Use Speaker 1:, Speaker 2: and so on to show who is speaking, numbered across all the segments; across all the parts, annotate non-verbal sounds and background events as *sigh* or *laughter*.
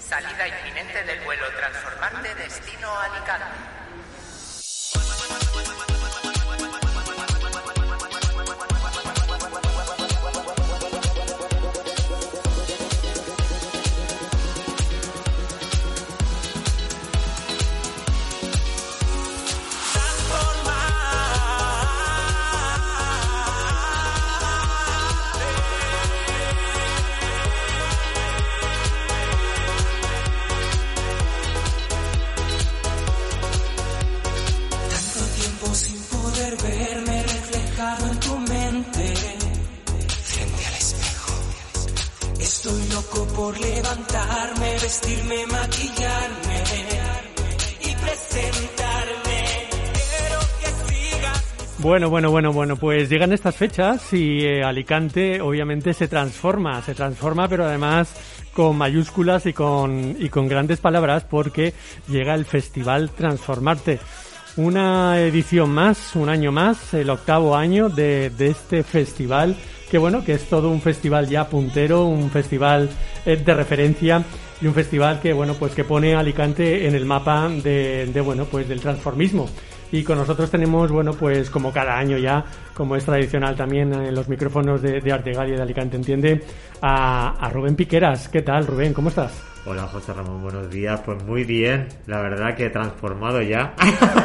Speaker 1: Salida inminente del vuelo transformante destino Alicante.
Speaker 2: Tanto tiempo sin poder verme reflejado en tu mente. Frente al espejo. Estoy loco por levantarme, vestirme, maquillarme y presentarme. Quiero que sigas
Speaker 3: Bueno, bueno, bueno, bueno, pues llegan estas fechas y eh, Alicante obviamente se transforma, se transforma, pero además con mayúsculas y con, y con grandes palabras porque llega el Festival Transformarte. Una edición más, un año más, el octavo año de, de este festival, que bueno, que es todo un festival ya puntero, un festival eh, de referencia y un festival que bueno, pues que pone a Alicante en el mapa de, de bueno, pues del transformismo. Y con nosotros tenemos, bueno, pues como cada año ya, como es tradicional también eh, en los micrófonos de, de Artegal y de Alicante Entiende, a, a Rubén Piqueras. ¿Qué tal, Rubén? ¿Cómo estás?
Speaker 4: *laughs* Hola José Ramón, buenos días. Pues muy bien, la verdad que transformado ya.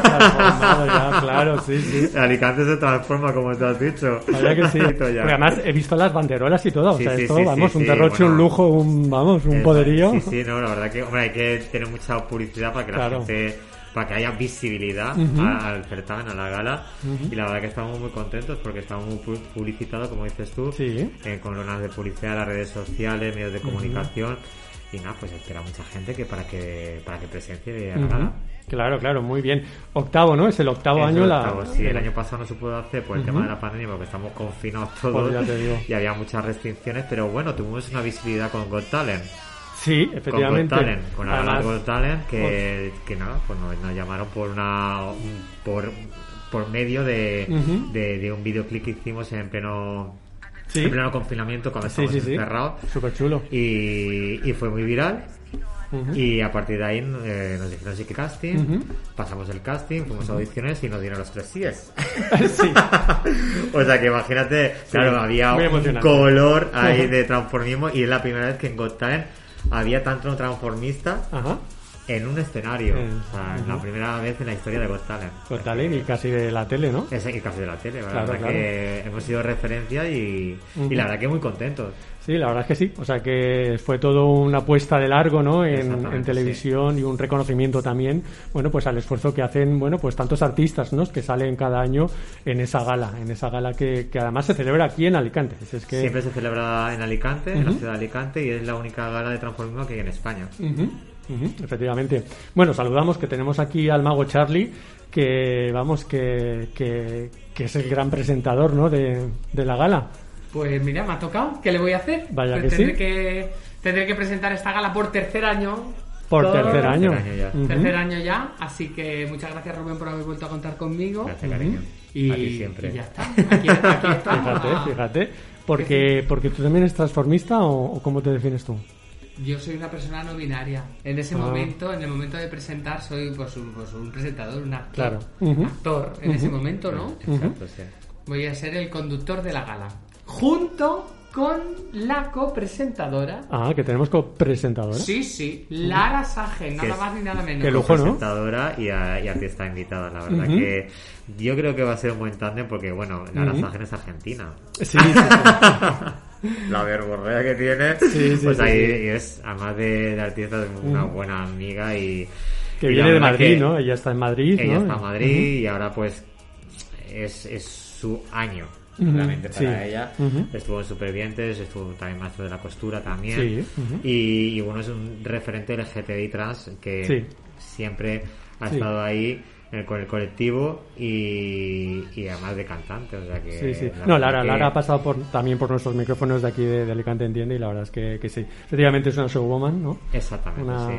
Speaker 3: Transformado
Speaker 4: *laughs*
Speaker 3: ya, claro, sí, sí.
Speaker 4: Alicante se transforma como te has dicho.
Speaker 3: La
Speaker 4: *laughs*
Speaker 3: verdad *laughs* que sí.
Speaker 4: Perfecto ya.
Speaker 3: Porque además he visto las banderolas y todo.
Speaker 4: Sí,
Speaker 3: o sea,
Speaker 4: sí,
Speaker 3: esto,
Speaker 4: sí,
Speaker 3: vamos,
Speaker 4: sí,
Speaker 3: un
Speaker 4: sí,
Speaker 3: derroche, un
Speaker 4: bueno.
Speaker 3: lujo, un, vamos, un
Speaker 4: Eh,
Speaker 3: poderío.
Speaker 4: Sí, sí, no, la verdad que, hombre, hay que tener mucha publicidad para que
Speaker 3: Claro.
Speaker 4: la gente, para que haya visibilidad
Speaker 3: Ujú.
Speaker 4: a- al certamen, a la gala. Y la verdad que estamos muy contentos porque estamos muy pu- publicitados, como dices tú,
Speaker 3: Sí.
Speaker 4: eh, con lonas de publicidad, las redes sociales, medios de comunicación. Y nada, pues espera mucha gente que para que para que presencie a la
Speaker 3: Ujú.
Speaker 4: gala.
Speaker 3: Claro, claro, muy bien. Octavo, ¿no? Es el octavo
Speaker 4: Es
Speaker 3: año.
Speaker 4: el
Speaker 3: la-
Speaker 4: octavo, sí, el año pasado no se pudo hacer por el tema de la pandemia porque estamos confinados todos
Speaker 3: Pues ya te digo.
Speaker 4: *laughs* y había muchas restricciones, pero bueno, tuvimos una visibilidad con Got Talent,
Speaker 3: Sí,
Speaker 4: con Got
Speaker 3: efectivamente.
Speaker 4: Talent, con la gala de
Speaker 3: Además,
Speaker 4: Got Talent que, que nada, pues nos, nos llamaron por una por por medio de,
Speaker 3: Ujú.
Speaker 4: de, de un videoclip que hicimos en pleno
Speaker 3: sí,
Speaker 4: en pleno confinamiento cuando
Speaker 3: sí,
Speaker 4: estábamos
Speaker 3: sí, sí.
Speaker 4: encerrados
Speaker 3: Súper chulo.
Speaker 4: y, y fue muy viral.
Speaker 3: Ujú.
Speaker 4: Y a partir de ahí eh, nos dijeron sí que casting,
Speaker 3: Ujú.
Speaker 4: pasamos el casting, fuimos a audiciones y nos dieron los tres síes.
Speaker 3: *laughs* sí,
Speaker 4: *laughs* o sea que imagínate, claro, había
Speaker 3: muy
Speaker 4: un
Speaker 3: emocionante.
Speaker 4: color ahí
Speaker 3: Ujú.
Speaker 4: de transformismo y es la primera vez que en Got Talent había tanto transformista
Speaker 3: ajá.
Speaker 4: en un escenario.
Speaker 3: Eh,
Speaker 4: O sea, es
Speaker 3: ujú.
Speaker 4: la primera vez en la historia de Got Talent.
Speaker 3: Con Talent Pues y casi de la tele, ¿no?
Speaker 4: Es el caso de la tele, ¿verdad?
Speaker 3: Claro,
Speaker 4: O sea
Speaker 3: claro.
Speaker 4: que hemos sido referencia y,
Speaker 3: Ujú.
Speaker 4: y la verdad que muy contentos.
Speaker 3: Sí, la verdad es que sí. O sea que fue todo una apuesta de largo, ¿no? En,
Speaker 4: Exactamente,
Speaker 3: en televisión y un reconocimiento también, bueno, pues al esfuerzo que hacen, bueno, pues tantos artistas, ¿no? Que salen cada año en esa gala, en esa gala que, que además se celebra aquí en Alicante. Si es que...
Speaker 4: Siempre se celebra en Alicante, en la
Speaker 3: Ujú.
Speaker 4: ciudad de Alicante, y es la única gala de transformismo que hay en España.
Speaker 3: Ujú, ujú, efectivamente. Bueno, saludamos que tenemos aquí al mago Charlie, que vamos, que, que, que es el gran presentador, ¿no? De, de la gala.
Speaker 5: Pues mira, me ha tocado. ¿Qué le voy a hacer?
Speaker 3: Vaya
Speaker 5: Pues
Speaker 3: que sí.
Speaker 5: tendré que tendré que presentar esta gala por tercer año.
Speaker 3: Por
Speaker 5: Todo-
Speaker 3: tercer año.
Speaker 4: año ya.
Speaker 3: Ujú.
Speaker 5: Tercer año ya. Así que muchas gracias Rubén por haber vuelto a contar conmigo.
Speaker 4: Gracias, cariño.
Speaker 5: Y,
Speaker 4: A ti siempre.
Speaker 5: y ya está. Aquí, aquí
Speaker 4: Oh.
Speaker 5: estamos.
Speaker 3: *laughs* Fíjate, fíjate. Porque, porque tú también eres transformista o, o cómo te defines tú?
Speaker 5: Yo soy una persona no binaria. En ese
Speaker 3: Ah.
Speaker 5: momento, en el momento de presentar, soy pues un, pues, un presentador, un actor.
Speaker 3: Claro. Ujú.
Speaker 5: Actor en ese momento, ¿no?
Speaker 4: Exacto, sí.
Speaker 5: Voy a ser el conductor de la gala. Junto con la copresentadora.
Speaker 3: Ah, que tenemos copresentadora.
Speaker 4: *laughs*
Speaker 5: Sí, sí, Lara Sage, nada
Speaker 4: es-
Speaker 5: más ni nada menos.
Speaker 3: Qué lujo, ¿no?
Speaker 4: presentadora y, a, y artista invitada, la verdad
Speaker 3: Ujú.
Speaker 4: que yo creo que va a ser un buen tándem porque, bueno, Lara
Speaker 3: Ujú.
Speaker 4: Sagen es argentina.
Speaker 3: Sí, sí.
Speaker 4: La verborrea que tiene,
Speaker 3: Sí, sí,
Speaker 4: pues
Speaker 3: sí,
Speaker 4: ahí
Speaker 3: sí.
Speaker 4: es, además de, de artista, es una buena amiga y...
Speaker 3: que
Speaker 4: y la
Speaker 3: viene de
Speaker 4: verdad
Speaker 3: Madrid,
Speaker 4: que
Speaker 3: ¿no? Ella está en Madrid,
Speaker 4: Ella
Speaker 3: ¿no?
Speaker 4: está en Madrid y ahora pues es, es su año.
Speaker 3: Ujú,
Speaker 4: Realmente para
Speaker 3: sí.
Speaker 4: ella
Speaker 3: Ujú.
Speaker 4: estuvo en Supervivientes, estuvo también maestro de la costura también
Speaker 3: Sí, ujú.
Speaker 4: y, y bueno es un referente LGTBI trans que
Speaker 3: Sí.
Speaker 4: siempre ha
Speaker 3: Sí.
Speaker 4: estado ahí eh, con el colectivo y, y además de cantante, o sea que
Speaker 3: Sí, sí.
Speaker 4: la
Speaker 3: No,
Speaker 4: verdad
Speaker 3: Lara,
Speaker 4: que-
Speaker 3: Lara ha pasado por, también por nuestros micrófonos de aquí de, de Alicante, entiende, y la verdad es que, que sí. Efectivamente es una showwoman, ¿no?
Speaker 4: exactamente
Speaker 3: Una,
Speaker 4: sí.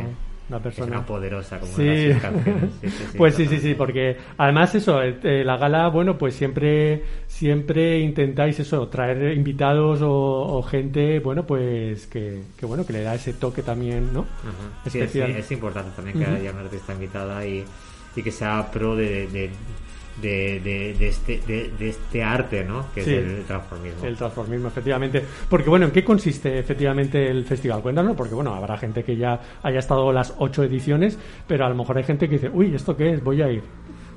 Speaker 3: una
Speaker 4: Es
Speaker 3: persona.
Speaker 4: una poderosa como
Speaker 3: Sí.
Speaker 4: en las canciones. Sí,
Speaker 3: *laughs*
Speaker 4: sí, sí,
Speaker 3: pues sí, sí,
Speaker 4: totalmente.
Speaker 3: sí, porque además eso, eh, eh, la gala, bueno, pues siempre, siempre intentáis eso, traer invitados o, o gente, bueno, pues que, que bueno, que le da ese toque también, ¿no?
Speaker 4: Ajá. Sí, es,
Speaker 3: Especial.
Speaker 4: es importante también que haya una artista invitada y, y que sea pro de, de, de, de- de este, de, de este arte, ¿no? Que
Speaker 3: Sí.
Speaker 4: es el transformismo.
Speaker 3: El transformismo, efectivamente. Porque bueno, ¿en qué consiste efectivamente el festival? Cuéntanos, porque bueno, habrá gente que ya haya estado las ocho ediciones, pero a lo mejor hay gente que dice, uy, ¿esto qué es? Voy a ir.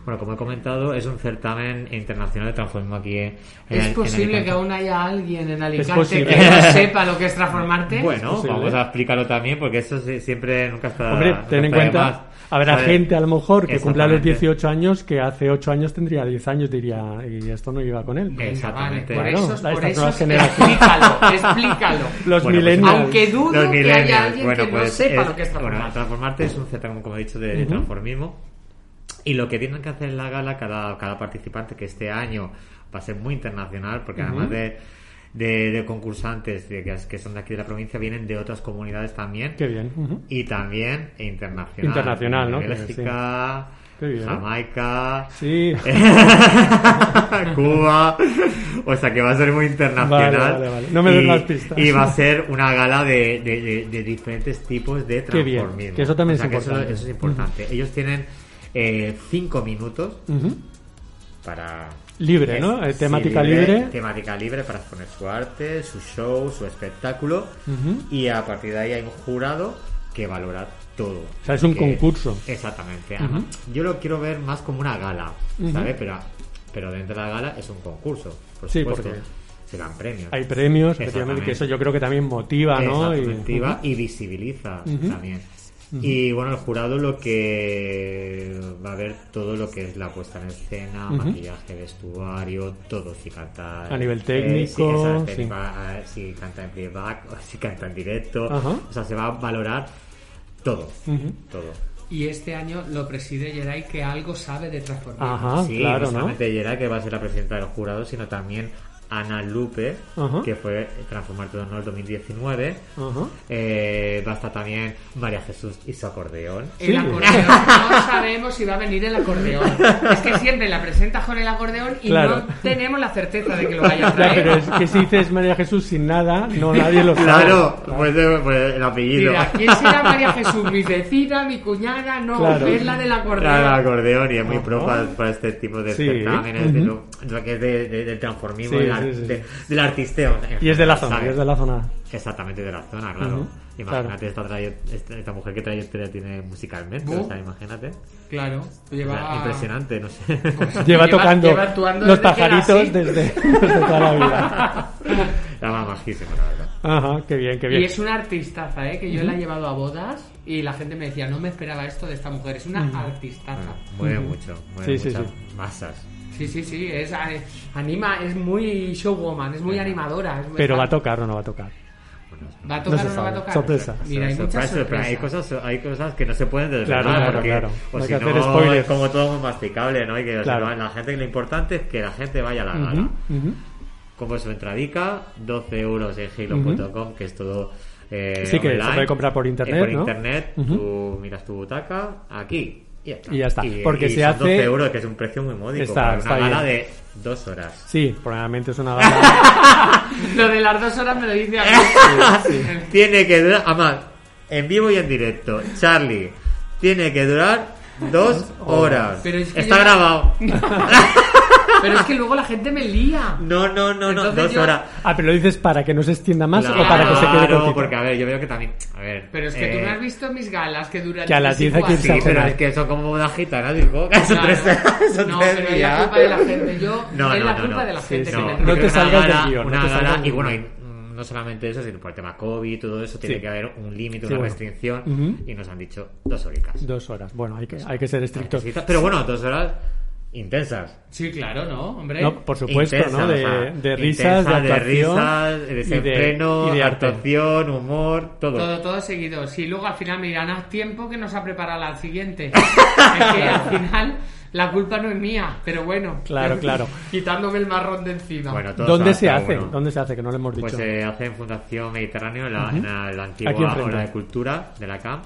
Speaker 4: Bueno, como he comentado, es un certamen internacional de transformismo aquí en, en Al-
Speaker 5: ¿Es
Speaker 4: en
Speaker 5: posible
Speaker 4: Alicante.
Speaker 5: que aún haya alguien en Alicante
Speaker 3: posible.
Speaker 5: que no sepa lo que es transformarte?
Speaker 4: Bueno,
Speaker 3: posible.
Speaker 4: vamos a explicarlo también porque eso sí- siempre nunca está.
Speaker 3: Hombre,
Speaker 4: nunca
Speaker 3: ten en
Speaker 4: está de Ah, más.
Speaker 3: cuenta, habrá
Speaker 4: ¿Sabes?
Speaker 3: gente a lo mejor que cumpla los
Speaker 4: Exactamente.
Speaker 3: 18 años que hace 8 años tendría 10 años, diría, y esto no iba con él.
Speaker 4: Eh, exactamente.
Speaker 5: Vale,
Speaker 3: Claro,
Speaker 5: por eso,
Speaker 3: la-
Speaker 5: por
Speaker 3: estas
Speaker 5: eso
Speaker 3: nuevas generaciones.
Speaker 5: explícalo, explícalo.
Speaker 4: Bueno,
Speaker 3: Los
Speaker 4: pues,
Speaker 3: millennials.
Speaker 5: Aunque dudo
Speaker 4: Los
Speaker 5: que
Speaker 4: millennials.
Speaker 5: haya alguien
Speaker 4: Bueno,
Speaker 5: que no
Speaker 4: pues,
Speaker 5: sepa lo que es
Speaker 4: bueno,
Speaker 5: transformarte.
Speaker 4: transformarte es un certamen, como he dicho, de transformismo. Y lo que tienen que hacer en la gala cada, cada participante, que este año va a ser muy internacional, porque además de, de- de concursantes de- que, que son de aquí de la provincia, vienen de otras comunidades también.
Speaker 3: Qué bien. ujú.
Speaker 4: Y también internacional.
Speaker 3: Internacional, ¿no?
Speaker 4: Bélgica,
Speaker 3: Qué bien. ¿eh?
Speaker 4: Jamaica,
Speaker 3: Sí.
Speaker 4: *laughs* Cuba. O sea que va a ser muy internacional.
Speaker 3: Vale, vale, vale. No me des
Speaker 4: Y-
Speaker 3: más pistas.
Speaker 4: Y va a ser una gala de, de- de- de diferentes tipos de
Speaker 3: Qué bien,
Speaker 4: transformismo.
Speaker 3: que eso también
Speaker 4: O sea,
Speaker 3: es
Speaker 4: que eso-
Speaker 3: importante.
Speaker 4: Eso, es importante. Ellos tienen eh, cinco minutos
Speaker 3: Ujú.
Speaker 4: para.
Speaker 3: Libre, ¿no? Eh, temática libre.
Speaker 4: Temática libre para exponer su arte, su show, su espectáculo.
Speaker 3: Ujú.
Speaker 4: Y a partir de ahí hay un jurado que valora todo.
Speaker 3: O sea, es un
Speaker 4: Que-
Speaker 3: concurso.
Speaker 4: Exactamente. Ajá. Yo lo quiero ver más como una gala,
Speaker 3: Ujú.
Speaker 4: ¿sabes? Pero, pero dentro de la gala es un concurso, por
Speaker 3: Sí,
Speaker 4: supuesto.
Speaker 3: porque
Speaker 4: Se dan premios.
Speaker 3: Hay premios, efectivamente,
Speaker 4: Exactamente.
Speaker 3: que eso yo creo que también motiva, ¿no?
Speaker 4: Exacto,
Speaker 3: Y-
Speaker 4: motiva y visibiliza también. Y bueno, el jurado lo que va a ver todo lo que es la puesta en escena,
Speaker 3: Ujú.
Speaker 4: maquillaje, vestuario, todo, si canta...
Speaker 3: A nivel
Speaker 4: eh, si,
Speaker 3: técnico,
Speaker 4: exacto,
Speaker 3: sí.
Speaker 4: si va- eh, si canta en playback, o si canta en directo,
Speaker 3: Ajá.
Speaker 4: o sea, se va a valorar todo,
Speaker 3: Ujú.
Speaker 4: todo.
Speaker 5: Y este año lo preside Jedi que algo sabe de transformar.
Speaker 3: Ajá,
Speaker 4: sí,
Speaker 3: Ah, claro,
Speaker 4: no
Speaker 3: ¿no?
Speaker 4: solamente Yera, que va a ser la presidenta del jurado, sino también Ana Lupe,
Speaker 3: Ajá.
Speaker 4: que fue Transformar Todo en Honor 2019.
Speaker 3: Ajá.
Speaker 4: Eh, va a estar también María Jesús y su acordeón.
Speaker 5: El
Speaker 3: Sí.
Speaker 5: acordeón. No sabemos si va a venir el acordeón. Es que siempre la presentas con el acordeón y
Speaker 3: Claro.
Speaker 5: no tenemos la certeza de que lo vaya
Speaker 3: *laughs*
Speaker 5: a
Speaker 3: Ya,
Speaker 5: traer.
Speaker 3: pero es que si dices María Jesús sin nada, no nadie lo sabe.
Speaker 4: Claro, pues, eh, pues, el apellido.
Speaker 5: Mira, ¿quién será María Jesús? Mi vecina, mi cuñada, no,
Speaker 3: Claro.
Speaker 5: es la del acordeón.
Speaker 4: *laughs* Claro, el acordeón y es muy
Speaker 3: Ajá.
Speaker 4: pro para, para este tipo de
Speaker 3: Sí.
Speaker 4: certámenes, de
Speaker 3: Ujú.
Speaker 4: lo, lo que es de- de- del transformismo,
Speaker 3: Sí,
Speaker 4: del, ar-
Speaker 3: sí, sí.
Speaker 4: de- del artisteo.
Speaker 3: Y es de la zona,
Speaker 4: ¿sabes?
Speaker 3: y es de la zona.
Speaker 4: Exactamente de la zona, claro.
Speaker 3: Ujú,
Speaker 4: Imagínate esta, traye- esta, esta mujer que trayectoria tiene musicalmente,
Speaker 5: Bu.
Speaker 4: o sea, imagínate.
Speaker 5: Claro,
Speaker 4: O sea,
Speaker 5: lleva...
Speaker 4: Impresionante, no
Speaker 3: *laughs*
Speaker 4: sé.
Speaker 3: Lleva,
Speaker 5: Lleva-
Speaker 3: tocando
Speaker 5: lleva actuando
Speaker 3: los
Speaker 5: desde que era
Speaker 3: pajaritos
Speaker 5: así.
Speaker 3: desde, *laughs* desde toda la vida.
Speaker 5: *laughs*
Speaker 4: La más majísima, la verdad.
Speaker 3: Ajá, qué bien, qué bien.
Speaker 5: Y es una artistaza, ¿eh? Que yo la he llevado a bodas y la gente me decía, no me esperaba esto de esta mujer. Es una artistaza.
Speaker 4: Bueno, mueve mucho, mueve
Speaker 3: Sí, sí,
Speaker 4: muchas masas.
Speaker 5: Sí, sí, sí. Es, a- anima, es muy showwoman, es muy animadora. es muy-
Speaker 3: Pero va a tocar o no va a tocar.
Speaker 4: Bueno, es-
Speaker 5: ¿Va a
Speaker 3: no
Speaker 5: tocar
Speaker 3: se
Speaker 5: o no va a
Speaker 3: sabe.
Speaker 5: tocar?
Speaker 3: Sorpresa.
Speaker 5: Mira, hay
Speaker 4: Sorpresa,
Speaker 5: muchas
Speaker 4: sorpresa.
Speaker 5: sorpresas.
Speaker 4: Hay cosas, hay cosas que no se pueden desvelar
Speaker 3: Claro, claro,
Speaker 4: porque
Speaker 3: claro.
Speaker 4: o
Speaker 3: No hay
Speaker 4: si
Speaker 3: que hacer
Speaker 4: no,
Speaker 3: spoilers.
Speaker 4: es como todo muy masticable, ¿no? Y que, o sea,
Speaker 3: Claro.
Speaker 4: la gente lo importante es que la gente vaya a la gala.
Speaker 3: Ujú, ujú.
Speaker 4: Como su entradica, 12 euros en gilo.com, que es todo eh,
Speaker 3: Sí, que se
Speaker 4: online.
Speaker 3: puede comprar por internet,
Speaker 4: Eh, por
Speaker 3: ¿no?
Speaker 4: internet,
Speaker 3: Ujú.
Speaker 4: tú miras tu butaca aquí. Y ya está.
Speaker 3: Y ya está, porque
Speaker 4: y
Speaker 3: se
Speaker 4: son
Speaker 3: hace-
Speaker 4: 12 euros, que es un precio muy módico.
Speaker 3: Está-
Speaker 4: para una
Speaker 3: está
Speaker 4: gala
Speaker 3: bien.
Speaker 4: de dos horas.
Speaker 3: Sí, probablemente es una gala.
Speaker 5: *laughs* Lo de las dos horas me lo dice a mí.
Speaker 4: *laughs* Tiene que durar, además, en vivo y en directo, Charlie, tiene que durar dos horas.
Speaker 5: Pero es que
Speaker 4: Está
Speaker 5: yo-
Speaker 4: grabado.
Speaker 5: Pero es que luego la gente me lía.
Speaker 4: No, no, no, no,
Speaker 5: Entonces
Speaker 4: dos
Speaker 5: yo-
Speaker 4: horas.
Speaker 6: Ah, pero lo dices para que no se extienda más
Speaker 4: Claro,
Speaker 6: o para que se quede
Speaker 4: claro,
Speaker 6: cortito.
Speaker 4: porque a ver, yo veo que también. A ver.
Speaker 5: Pero es que tú
Speaker 4: eh,
Speaker 5: no has visto mis galas que duran.
Speaker 6: que a las
Speaker 5: tres y
Speaker 6: 10 hay que
Speaker 5: cuatro.
Speaker 4: Sí,
Speaker 6: Exacto.
Speaker 4: pero es que son como una gitana, *laughs* digo. que Son
Speaker 5: Claro.
Speaker 4: tres, son
Speaker 5: No,
Speaker 4: tres
Speaker 5: pero es la
Speaker 4: días.
Speaker 5: culpa de la gente. Yo,
Speaker 4: *laughs* No,
Speaker 5: es
Speaker 4: no,
Speaker 5: la
Speaker 4: no,
Speaker 5: culpa
Speaker 4: no.
Speaker 5: de la
Speaker 6: Sí,
Speaker 5: gente.
Speaker 6: sí.
Speaker 5: que me
Speaker 6: No
Speaker 4: yo creo
Speaker 6: te
Speaker 4: que una
Speaker 6: salgas del
Speaker 4: gala-
Speaker 6: guión, no
Speaker 4: Una
Speaker 6: te
Speaker 4: gala-
Speaker 6: salgas del
Speaker 4: y bueno,
Speaker 6: guión.
Speaker 4: y, mm, no solamente eso, sino por el tema COVID y todo eso, tiene
Speaker 6: Sí.
Speaker 4: que haber un límite,
Speaker 6: Sí,
Speaker 4: una
Speaker 6: bueno.
Speaker 4: restricción.
Speaker 6: Ujú.
Speaker 4: Y nos han dicho dos horicas.
Speaker 6: Dos horas. Bueno, hay que, hay que ser estrictos.
Speaker 4: Pero bueno, dos horas intensas.
Speaker 5: Sí, claro, ¿no? Hombre.
Speaker 6: No, por supuesto,
Speaker 4: Eh, Intensa,
Speaker 6: ¿no?
Speaker 4: o
Speaker 6: De,
Speaker 4: sea,
Speaker 6: de risas,
Speaker 4: intensa,
Speaker 6: de actuación.
Speaker 4: risas,
Speaker 6: y de-
Speaker 4: desenfreno,
Speaker 6: y de arte.
Speaker 4: actuación, humor, todo.
Speaker 5: Todo, todo seguido. Si luego al final me dirán, haz tiempo que nos ha preparado la siguiente. es que al final la culpa no es mía, pero bueno.
Speaker 6: Claro, claro.
Speaker 5: *laughs* Quitándome el marrón de encima.
Speaker 4: Bueno, todo
Speaker 6: ¿Dónde
Speaker 4: está-
Speaker 6: se
Speaker 4: está
Speaker 6: hace?
Speaker 4: bueno.
Speaker 6: ¿Dónde se hace? Que no lo hemos dicho.
Speaker 4: Pues se hace en Fundación Mediterráneo, en la, en la- en la
Speaker 6: Aquí
Speaker 4: antigua
Speaker 6: enfrente.
Speaker 4: Hora de Cultura de la CAM,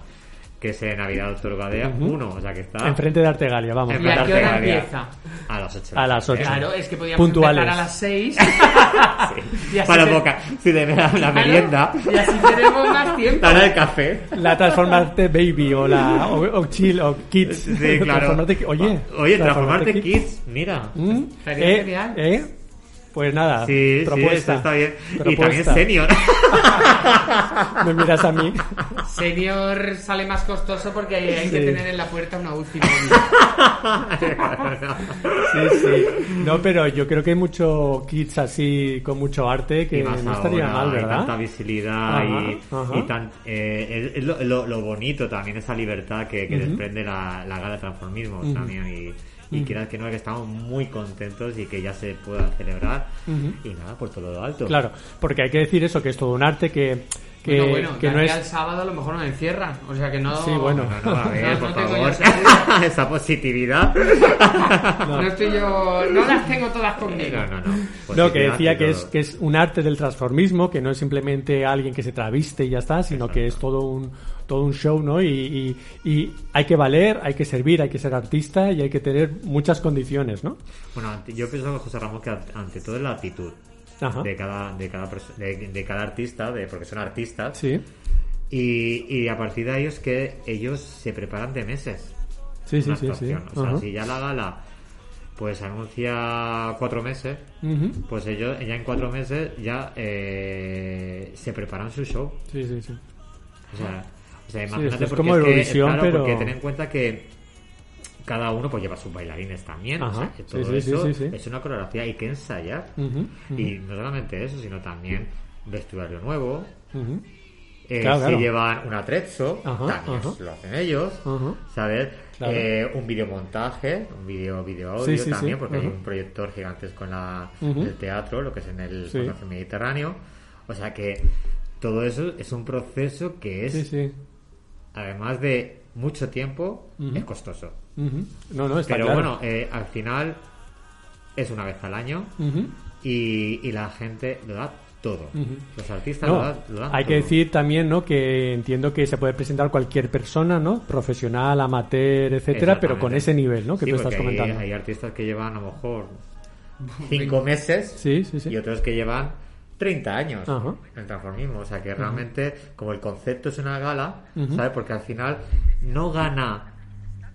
Speaker 4: que es en Navidad Otorgadea 1, o sea que está
Speaker 6: Enfrente de Artegalia,
Speaker 4: *laughs*
Speaker 6: vamos.
Speaker 4: en
Speaker 5: ¿Y a qué hora
Speaker 4: Artegalia.
Speaker 5: empieza?
Speaker 4: A las 8.
Speaker 6: A las
Speaker 4: *laughs*
Speaker 6: ocho.
Speaker 5: Claro, es que podíamos
Speaker 6: Puntuales.
Speaker 5: empezar a las 6. Y así
Speaker 4: Para
Speaker 5: te-
Speaker 4: boca, si te me dan la
Speaker 5: *laughs* Claro,
Speaker 4: merienda,
Speaker 5: Y así tenemos más tiempo.
Speaker 4: para
Speaker 6: *laughs*
Speaker 4: el café.
Speaker 6: La transformarte baby o la o, o chill o kids.
Speaker 4: Sí, claro.
Speaker 6: *laughs* Transformarte ki- oye,
Speaker 4: Oye, transformarte kids, mira.
Speaker 6: Mm,
Speaker 5: Estaría
Speaker 6: eh,
Speaker 5: genial.
Speaker 6: eh, Pues nada,
Speaker 4: Sí, sí, eso
Speaker 6: propuesta.
Speaker 4: está bien. Y también
Speaker 6: Propuesta.
Speaker 4: senior. *laughs*
Speaker 6: Me miras a mí.
Speaker 5: Señor, sale más costoso porque hay que
Speaker 6: Sí.
Speaker 5: tener en la puerta una última.
Speaker 6: Sí, sí. No, pero yo creo que hay mucho kids así con mucho arte que
Speaker 4: y más
Speaker 6: no estaría
Speaker 4: ahora,
Speaker 6: mal,
Speaker 4: y tanta
Speaker 6: ¿verdad?
Speaker 4: visibilidad y,
Speaker 6: Ajá, ajá.
Speaker 4: y tan, eh, es- es lo, lo- lo bonito también, esa libertad que, que desprende la, la gala de transformismo también. Y, y quieras que no, que estamos muy contentos y que ya se pueda celebrar. Y nada, por todo lo alto.
Speaker 6: Claro, porque hay que decir eso, que es todo un arte que, que,
Speaker 5: bueno, bueno,
Speaker 6: que no
Speaker 5: el
Speaker 6: es...
Speaker 5: sábado a lo mejor nos encierran. O sea que no.
Speaker 6: Sí, bueno.
Speaker 4: No, no, a ver,
Speaker 5: *laughs* No,
Speaker 4: por
Speaker 5: no tengo yo
Speaker 4: favor. *laughs*
Speaker 5: seguridad.
Speaker 4: Esa positividad.
Speaker 5: No estoy yo. No las tengo todas conmigo.
Speaker 4: No, no, no.
Speaker 6: No, que decía
Speaker 4: Positividad
Speaker 6: que
Speaker 4: y
Speaker 6: es,
Speaker 4: todo.
Speaker 6: que es un arte del transformismo, que no es simplemente alguien que se traviste y ya está, sino que es todo un, todo un show, ¿no? Y, y- y hay que valer, hay que servir, hay que ser artista y hay que tener muchas condiciones, ¿no?
Speaker 4: Bueno, ante- yo pienso que José Ramos que an- ante todo es la actitud
Speaker 6: Ajá.
Speaker 4: de cada de cada perso- de, de cada artista, de, porque son artistas.
Speaker 6: Sí,
Speaker 4: Y, y a partir de ahí es que ellos se preparan de meses.
Speaker 6: sí, sí,
Speaker 4: una
Speaker 6: sí. sí.
Speaker 4: actuación. O sea,
Speaker 6: Ajá.
Speaker 4: si ya la gala pues anuncia cuatro meses,
Speaker 6: Ujú.
Speaker 4: pues ellos ya en cuatro meses ya eh, se preparan su show.
Speaker 6: Sí, sí, sí.
Speaker 4: O sea, o sea,
Speaker 6: Sí,
Speaker 4: imagínate
Speaker 6: esto es
Speaker 4: porque
Speaker 6: como
Speaker 4: que-
Speaker 6: Eurovisión,
Speaker 4: claro,
Speaker 6: pero-
Speaker 4: porque ten en cuenta que cada uno pues lleva sus bailarines también.
Speaker 6: Ajá.
Speaker 4: O sea, que todo
Speaker 6: Sí, sí, sí,
Speaker 4: eso
Speaker 6: sí, sí.
Speaker 4: es una coreografía hay que ensayar.
Speaker 6: Ujú, ujú,
Speaker 4: Y no solamente eso, sino también vestuario nuevo.
Speaker 6: ujú.
Speaker 4: Eh,
Speaker 6: Claro,
Speaker 4: si
Speaker 6: claro.
Speaker 4: llevan un atrezzo,
Speaker 6: Ajá,
Speaker 4: también
Speaker 6: ajá.
Speaker 4: lo hacen ellos,
Speaker 6: Ajá.
Speaker 4: ¿sabes?
Speaker 6: Claro.
Speaker 4: Eh, un videomontaje, un video, video audio
Speaker 6: Sí, sí, sí.
Speaker 4: también, porque hay
Speaker 6: Ajá.
Speaker 4: un proyector gigantesco en la,
Speaker 6: Ujú.
Speaker 4: el teatro, lo que es en el
Speaker 6: Sí.
Speaker 4: Fundación Mediterráneo. O sea que todo eso es un proceso que es,
Speaker 6: Sí, sí.
Speaker 4: además de mucho tiempo,
Speaker 6: Ujú.
Speaker 4: es costoso.
Speaker 6: Ujú. No, no, está
Speaker 4: Pero
Speaker 6: claro.
Speaker 4: bueno, eh, al final es una vez al año
Speaker 6: Ujú.
Speaker 4: y, y la gente lo da todo.
Speaker 6: Ujú.
Speaker 4: Los artistas lo,
Speaker 6: No,
Speaker 4: da- lo dan
Speaker 6: hay que
Speaker 4: todo.
Speaker 6: decir también, ¿no? Que entiendo que se puede presentar cualquier persona, ¿no? Profesional, amateur, etcétera, pero con ese
Speaker 4: Exactamente.
Speaker 6: nivel, ¿no? Que
Speaker 4: Sí,
Speaker 6: tú estás
Speaker 4: porque hay-
Speaker 6: comentando.
Speaker 4: Hay artistas que llevan a lo mejor cinco meses
Speaker 6: Sí, sí, sí.
Speaker 4: y otros que llevan 30 años
Speaker 6: Ajá.
Speaker 4: en el transformismo. O sea que realmente, como el concepto es una gala,
Speaker 6: Ujú.
Speaker 4: ¿sabes? Porque al final no gana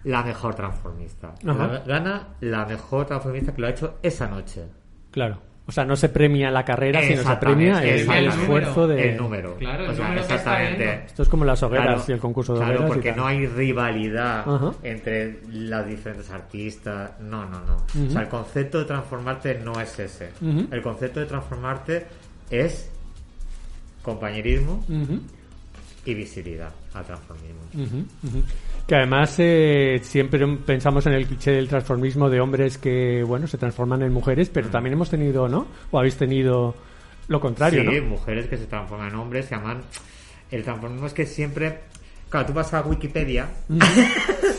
Speaker 4: la mejor transformista.
Speaker 6: Ajá.
Speaker 4: La- gana la mejor transformista que lo ha hecho esa noche.
Speaker 6: Claro. O sea, no se premia la carrera, sino se
Speaker 4: Exactamente,
Speaker 6: premia el,
Speaker 4: exactamente.
Speaker 6: el esfuerzo de.
Speaker 4: El número.
Speaker 5: Claro, el
Speaker 4: O sea,
Speaker 5: número que está
Speaker 4: exactamente.
Speaker 5: habiendo.
Speaker 6: Esto es como las hogueras
Speaker 4: Claro,
Speaker 6: y el concurso de
Speaker 4: claro,
Speaker 6: hogueras. y
Speaker 4: porque
Speaker 6: tal.
Speaker 4: no hay rivalidad
Speaker 6: Ajá.
Speaker 4: entre las diferentes artistas. No, no, no. O sea, el concepto de transformarte no es ese.
Speaker 6: Ujú.
Speaker 4: El concepto de transformarte es compañerismo
Speaker 6: Ujú.
Speaker 4: y visibilidad al transformismo.
Speaker 6: Ujú, ujú. Que además eh, siempre pensamos en el cliché del transformismo de hombres que, bueno, se transforman en mujeres, pero también hemos tenido, ¿no? O habéis tenido lo contrario,
Speaker 4: sí,
Speaker 6: ¿no?
Speaker 4: mujeres que se transforman en hombres, se llaman... El transformismo es que siempre... Claro, tú vas a Wikipedia *laughs*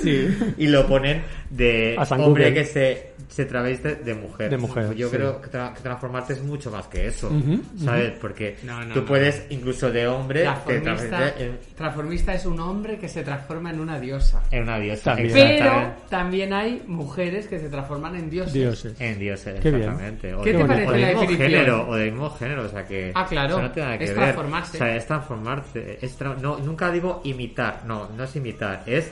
Speaker 6: Sí.
Speaker 4: y lo ponen de
Speaker 6: A San
Speaker 4: hombre
Speaker 6: Google.
Speaker 4: que se, se traveste de mujer.
Speaker 6: De mujer,
Speaker 4: Yo
Speaker 6: sí.
Speaker 4: creo que, tra- que transformarte es mucho más que eso,
Speaker 6: Ujú,
Speaker 4: ¿sabes? Porque
Speaker 5: No, no,
Speaker 4: tú
Speaker 5: no.
Speaker 4: puedes incluso de hombre te
Speaker 5: Transformista,
Speaker 4: travestir en,
Speaker 5: transformista es un hombre que se transforma en una diosa.
Speaker 4: en una diosa.
Speaker 6: También.
Speaker 5: Pero
Speaker 4: exactamente.
Speaker 5: también hay mujeres que se transforman en dioses.
Speaker 6: Dioses.
Speaker 4: En dioses,
Speaker 6: Qué bien.
Speaker 4: exactamente. O
Speaker 5: ¿Qué
Speaker 4: de-
Speaker 5: te
Speaker 4: o
Speaker 5: parece
Speaker 4: del
Speaker 5: la
Speaker 4: mismo
Speaker 5: definición?
Speaker 4: género, o del mismo género, o sea que...
Speaker 5: Ah, claro,
Speaker 4: eso no tiene nada que
Speaker 5: es
Speaker 4: ver.
Speaker 5: transformarse.
Speaker 4: O sea, es transformarse. es tra- no, nunca digo imitar, no, no es imitar, es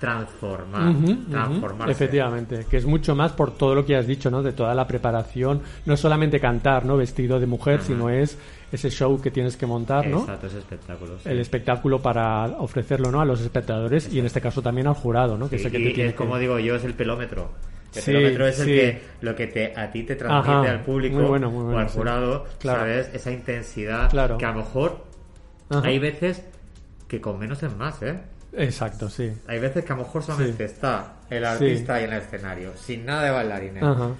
Speaker 4: transformar.
Speaker 3: Ujú, ujú,
Speaker 4: transformarse.
Speaker 3: Efectivamente, que es mucho más por todo lo que has dicho, ¿no? De toda la preparación, no es solamente cantar, ¿no? Vestido de mujer, sino es ese show que tienes que montar, ¿no?
Speaker 4: Exacto, es espectáculo. sí.
Speaker 3: El espectáculo para ofrecerlo, ¿no? A los espectadores y en este caso también al jurado, ¿no? Que es
Speaker 4: Sí,
Speaker 3: el que
Speaker 4: y
Speaker 3: te
Speaker 4: es
Speaker 3: tiene que-
Speaker 4: como digo yo, es el pelómetro. El
Speaker 3: Sí,
Speaker 4: pelómetro es el
Speaker 3: sí.
Speaker 4: que lo que te, a ti te transmite
Speaker 3: Ajá,
Speaker 4: al público
Speaker 3: muy bueno, muy bueno,
Speaker 4: o al
Speaker 3: sí.
Speaker 4: jurado,
Speaker 3: Claro.
Speaker 4: ¿sabes? Esa intensidad
Speaker 3: Claro.
Speaker 4: que a lo mejor
Speaker 3: Ajá.
Speaker 4: hay veces que con menos es más, ¿eh?
Speaker 3: Exacto, sí.
Speaker 4: Hay veces que a lo mejor solamente está el artista ahí en el escenario, sin nada de bailarines.
Speaker 3: Ajá.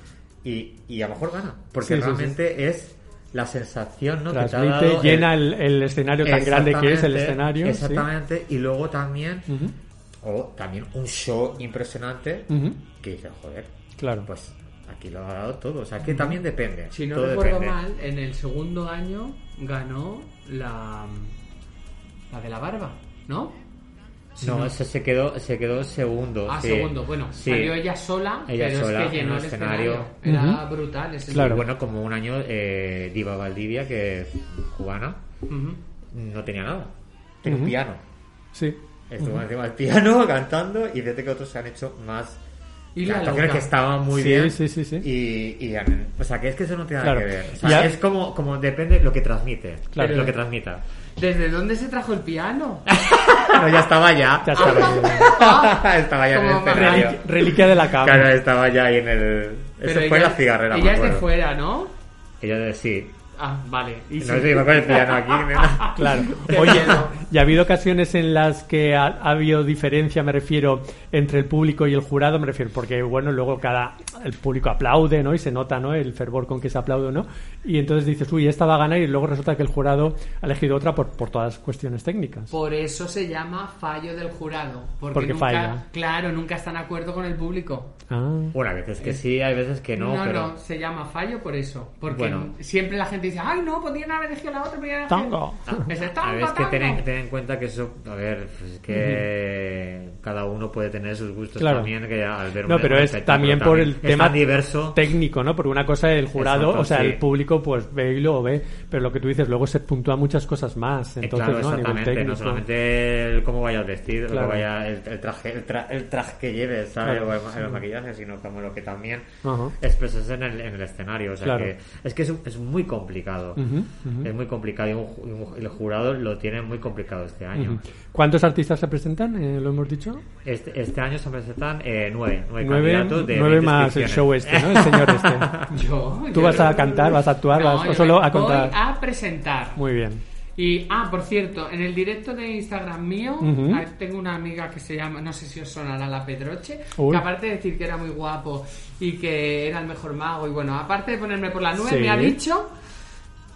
Speaker 4: Y, y a lo mejor gana, porque
Speaker 3: Sí, sí,
Speaker 4: realmente es la sensación ¿no? que te ha
Speaker 3: Transmite,
Speaker 4: dado
Speaker 3: llena
Speaker 4: el-
Speaker 3: el, el escenario tan grande que es el
Speaker 4: Exactamente,
Speaker 3: escenario. sí.
Speaker 4: Exactamente, y luego también,
Speaker 3: Ujú.
Speaker 4: o también un show impresionante
Speaker 3: Ujú.
Speaker 4: que dices, joder,
Speaker 3: Claro.
Speaker 4: pues aquí lo ha dado todo. O sea, que también depende.
Speaker 5: Si no
Speaker 4: todo
Speaker 5: recuerdo
Speaker 4: depende.
Speaker 5: mal, en el segundo año ganó la. La de la barba, ¿no?
Speaker 4: No, ese se quedó, se quedó segundo.
Speaker 5: Ah,
Speaker 4: sí.
Speaker 5: segundo, bueno,
Speaker 4: Sí.
Speaker 5: salió ella sola,
Speaker 4: Ella
Speaker 5: pero
Speaker 4: sola
Speaker 5: es que llenó
Speaker 4: en
Speaker 5: el
Speaker 4: el
Speaker 5: escenario.
Speaker 4: escenario.
Speaker 5: Era brutal ese
Speaker 4: Y
Speaker 3: Claro.
Speaker 4: bueno, como un año, eh, Diva Valdivia, que es cubana,
Speaker 5: día. Ujú.
Speaker 4: no tenía nada. Tenía un
Speaker 3: Ujú.
Speaker 4: piano.
Speaker 3: Sí.
Speaker 4: Estuvo encima del piano *laughs* cantando y fíjate que otros se han hecho más
Speaker 5: Y la
Speaker 4: cantantes
Speaker 5: loca.
Speaker 4: que estaban muy
Speaker 3: Sí,
Speaker 4: bien.
Speaker 3: sí, sí, sí.
Speaker 4: Y, y han- o sea, que es que eso no tiene nada
Speaker 3: Claro.
Speaker 4: que ver. O sea,
Speaker 3: Ya-
Speaker 4: es como, como depende lo que transmite.
Speaker 3: Claro.
Speaker 4: Lo que transmita.
Speaker 5: ¿Desde dónde se trajo el piano?
Speaker 4: No, ya estaba ya.
Speaker 3: Ya estaba
Speaker 4: *laughs*
Speaker 3: ahí.
Speaker 4: estaba ya en el
Speaker 5: Como
Speaker 4: escenario.
Speaker 3: Reliqu- Reliquia de la cama.
Speaker 4: Claro, estaba ya ahí en el. Eso fue la cigarrera,
Speaker 5: Ella
Speaker 4: me
Speaker 5: es de
Speaker 4: acuerdo.
Speaker 5: fuera, ¿no?
Speaker 4: Ella de sí.
Speaker 5: Ah, vale. Y
Speaker 4: No
Speaker 5: sí.
Speaker 4: se iba con el piano aquí. mira. *laughs*
Speaker 3: Claro.
Speaker 5: Qué
Speaker 3: Oye,
Speaker 5: miedo.
Speaker 3: ¿y ha habido ocasiones en las que ha, ha habido diferencia, me refiero, entre el público y el jurado? Me refiero, porque bueno, luego cada. El público aplaude, ¿no? Y se nota, ¿no? El fervor con que se aplaude, ¿no? Y entonces dices, uy, esta va a ganar, y luego resulta que el jurado ha elegido otra por, por todas las cuestiones técnicas.
Speaker 5: Por eso se llama fallo del jurado. Porque,
Speaker 3: Porque
Speaker 5: nunca,
Speaker 3: falla.
Speaker 5: Claro, nunca están de acuerdo con el público.
Speaker 3: Ah,
Speaker 4: Bueno, a veces que sí, hay veces que no.
Speaker 5: no,
Speaker 4: pero...
Speaker 5: no, se llama fallo por eso. Porque
Speaker 4: Bueno.
Speaker 5: siempre la gente dice, ay, no, podrían haber elegido la otra. podrían haber-
Speaker 3: tango. *laughs*
Speaker 5: Ese tango,
Speaker 4: Ah, A ver, es que
Speaker 5: tango.
Speaker 4: tener, tener en cuenta que eso, a ver, pues es que cada uno puede tener sus gustos
Speaker 3: Claro.
Speaker 4: también, que al ver
Speaker 3: No,
Speaker 4: un-
Speaker 3: pero
Speaker 4: un
Speaker 3: es
Speaker 4: espectáculo
Speaker 3: también por el
Speaker 4: es
Speaker 3: tema
Speaker 4: tan diverso. eh,
Speaker 3: técnico, ¿no? Porque una cosa es el jurado,
Speaker 4: Exacto,
Speaker 3: o sea,
Speaker 4: sí.
Speaker 3: el público pues ve y lo ve, pero lo que tú dices, luego se puntúan muchas cosas más,
Speaker 4: Eh,
Speaker 3: entonces,
Speaker 4: claro,
Speaker 3: ¿no? A nivel
Speaker 4: exactamente, no
Speaker 3: técnico.
Speaker 4: solamente el cómo vaya el vestido,
Speaker 3: Claro.
Speaker 4: cómo vaya el, el traje, el, tra- el traje que lleves, ¿sabes?
Speaker 3: Claro,
Speaker 4: o el, ma- el maquillaje, sino como lo que también
Speaker 3: Ajá.
Speaker 4: expresas en el, en el escenario. O sea
Speaker 3: Claro.
Speaker 4: que es que es, un- es muy complicado.
Speaker 3: Ujú, ujú.
Speaker 4: Es muy complicado y un ju- y un- el jurado lo tiene muy complicado este año.
Speaker 3: Ujú. ¿Cuántos artistas se presentan? Eh, ¿Lo hemos dicho?
Speaker 4: Este, este año se presentan eh, nueve, nueve,
Speaker 3: Nueve,
Speaker 4: candidatos de
Speaker 3: nueve
Speaker 4: 20
Speaker 3: más el
Speaker 4: inscripciones.
Speaker 3: show este, ¿no? El señor
Speaker 4: *laughs*
Speaker 3: este.
Speaker 5: *laughs* Yo,
Speaker 3: Tú
Speaker 5: yo-
Speaker 3: vas a cantar, vas a actuar,
Speaker 5: No,
Speaker 3: vas-
Speaker 5: yo
Speaker 3: o solo
Speaker 5: voy-
Speaker 3: a contar.
Speaker 5: Voy a presentar.
Speaker 3: Muy bien.
Speaker 5: Y, ah, por cierto, en el directo de Instagram mío,
Speaker 3: Ujú.
Speaker 5: ah, tengo una amiga que se llama, no sé si os sonará la Pedroche,
Speaker 3: Uy.
Speaker 5: que aparte de decir que era muy guapo y que era el mejor mago, y bueno, aparte de ponerme por la nube,
Speaker 3: Sí.
Speaker 5: me ha dicho